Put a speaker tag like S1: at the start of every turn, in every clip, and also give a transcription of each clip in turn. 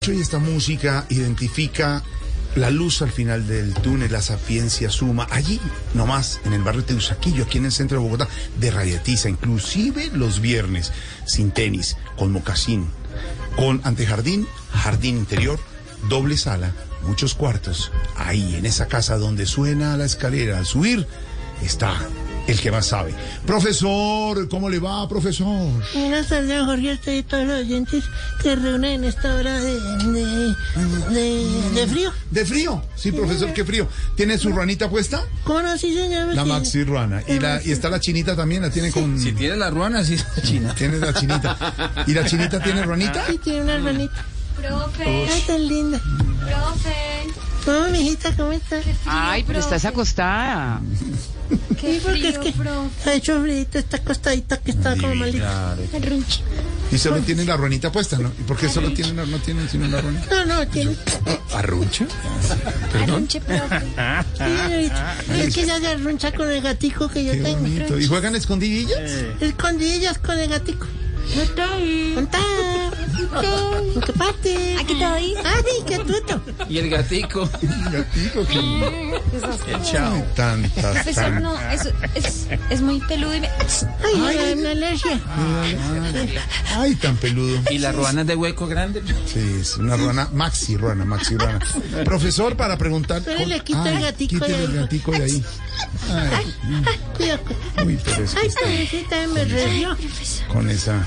S1: Pacho y esta música identifica la luz al final del túnel, la sapiencia suma, allí nomás, en el barrio Teusaquillo, aquí en el centro de Bogotá, de radiatiza, inclusive los viernes, sin tenis, con mocasín, con antejardín, jardín interior, doble sala, muchos cuartos, ahí en esa casa donde suena la escalera al subir, está el que más sabe. Profesor, ¿cómo le va, profesor?
S2: Buenas tardes, Jorge, a usted y todos los oyentes que reúnen en esta hora de, de, de, de frío.
S1: ¿De frío? Sí, profesor, qué frío. ¿Tiene su ranita puesta?
S2: ¿Cómo no? Sí, señor.
S1: La
S2: sí.
S1: maxi ruana. ¿Y, la, y está la chinita también? ¿La tiene con...?
S3: Si tiene la ruana, sí es china.
S1: Tiene la chinita. ¿Y la chinita tiene ranita?
S2: Sí, tiene una hermanita.
S4: Profe,
S2: Ay, tan linda.
S4: profe,
S2: No, mijita, ¿cómo está?
S4: qué frío,
S5: Ay, pero estás
S4: profe,
S5: acostada.
S4: Qué
S2: Sí, porque es
S4: frío,
S2: que
S4: profe.
S2: ha hecho frío, está acostadita, que está como malita.
S4: Runchi.
S1: Y solo tiene la ruanita puesta, ¿no? ¿Y por qué solo tiene, una- no tiene sino la ruanita?
S2: No, no, tiene.
S1: ¿Arrucha? ¿Perdón?
S4: Arrunche, profe.
S2: Sí, señorita. es que ya se arruncha con el gatico que yo
S1: Ah. Qué
S2: tengo.
S1: bonito. ¿Y juegan escondidillas?
S2: Escondidillas con el gatico.
S4: Aquí
S2: ¿Contá? ¿En qué parte?
S4: estoy.
S2: Ah, sí, qué tuto.
S3: Y el gatico.
S1: Gatito, qué-
S3: Chao.
S1: Tantas,
S4: Profesor,
S1: tan-
S4: no, es, es, es muy peludo y me...
S2: Ay, me da una alergia.
S1: Ay, tan peludo.
S3: Y la ruana es de hueco grande.
S1: Sí, es una ruana, maxi ruana, maxi ruana. Profesor, para preguntar...
S2: Pero
S1: con-
S2: le quita el
S1: Ay,
S2: gatico
S1: quítele
S2: de ahí.
S1: el gatico de ahí. Ay,
S2: Cuidado.
S1: uy, pero es que
S2: Ay,
S1: está-
S2: pobrecita, me revió.
S1: con esa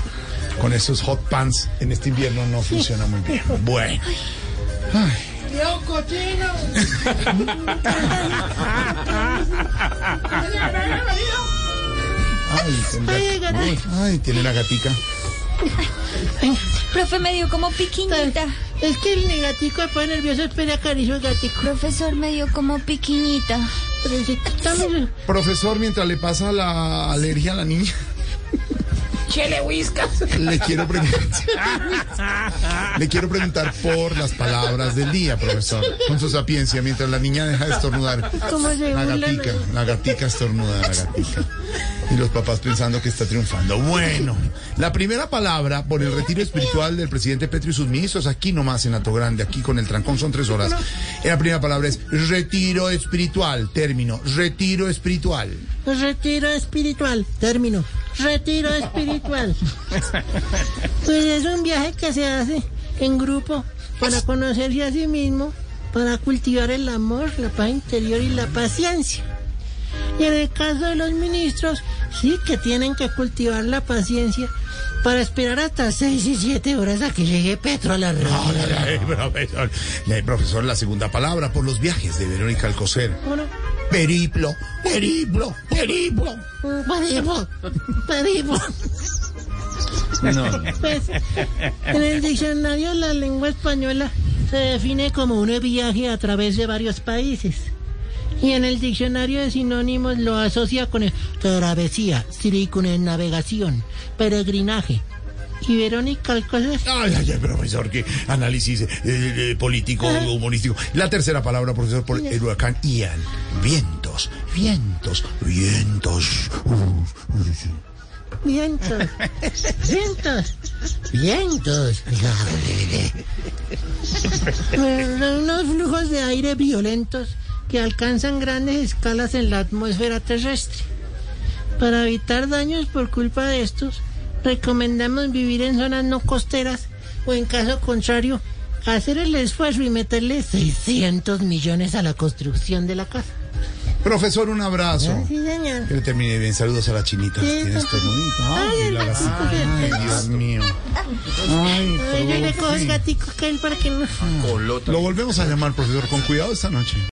S1: con esos hot pants en este invierno no funciona muy bien. Bueno. Ay, tendrá-
S2: Ay, gata.
S1: Uy, ay, tiene una gatica.
S4: Profe, me dio como piquiñita.
S2: Es que el negatico después nervioso espera acaricio el gatico.
S4: Profesor, me dio como piquiñita.
S2: Pobrecita, estamos-
S1: Profesor, mientras le pasa la alergia a la niña. Le quiero preguntar. Le quiero preguntar por las palabras del día, profesor. Con su sapiencia, mientras la niña deja de estornudar.
S2: Como se
S1: La
S2: burlan.
S1: gatica, la gatica estornuda, la gatica. Y los papás pensando que está triunfando. Bueno, la primera palabra por el retiro espiritual del presidente Petro y sus ministros, aquí nomás en Ato Grande, aquí con el trancón son tres horas. Y La primera palabra es retiro espiritual, término, retiro espiritual.
S2: Retiro espiritual. Término. Retiro espiritual. Pues es un viaje que se hace en grupo para conocerse a sí mismo, para cultivar el amor, la paz interior y la paciencia. Y en el caso de los ministros, sí que tienen que cultivar la paciencia para esperar hasta seis y siete horas a que llegue Petro a la
S1: Ay,
S2: reunión.
S1: ay, profesor. Ay, profesor, la segunda palabra por los viajes de Verónica Alcocer.
S2: Bueno,
S1: Periplo, periplo, periplo.
S2: Mm, Pedimos, pedimos.
S3: No.
S2: Pues, en el diccionario la lengua española se define como un viaje a través de varios países. Y en el diccionario de sinónimos lo asocia con el travesía, circunnavegación, peregrinaje. Y Verónica Alcocer,
S1: Ay, ay, ay, profesor, qué análisis eh, eh, político, humorístico. La tercera palabra, profesor, por el huracán Ian. Vientos, vientos, vientos.
S2: vientos, vientos, vientos. Pero Eh, unos flujos de aire violentos que alcanzan grandes escalas en la atmósfera terrestre. Para evitar daños por culpa de estos, recomendamos vivir en zonas no costeras o en caso contrario, hacer el esfuerzo y meterle 600 millones a la construcción de la casa.
S1: Profesor, un abrazo.
S2: Sí, señor.
S1: Que le termine bien. Saludos a la chinita.
S2: Sí,
S1: Tienes
S2: papá.
S1: estornudito.
S2: Ay,
S1: Ay,
S2: el
S1: la
S2: gatito.
S1: gatita. Ay, Dios mío. Ay,
S2: Ay, yo le cojo el
S1: profe.
S2: gatico que él para que no...
S1: Lo volvemos a llamar, profesor, con cuidado esta noche.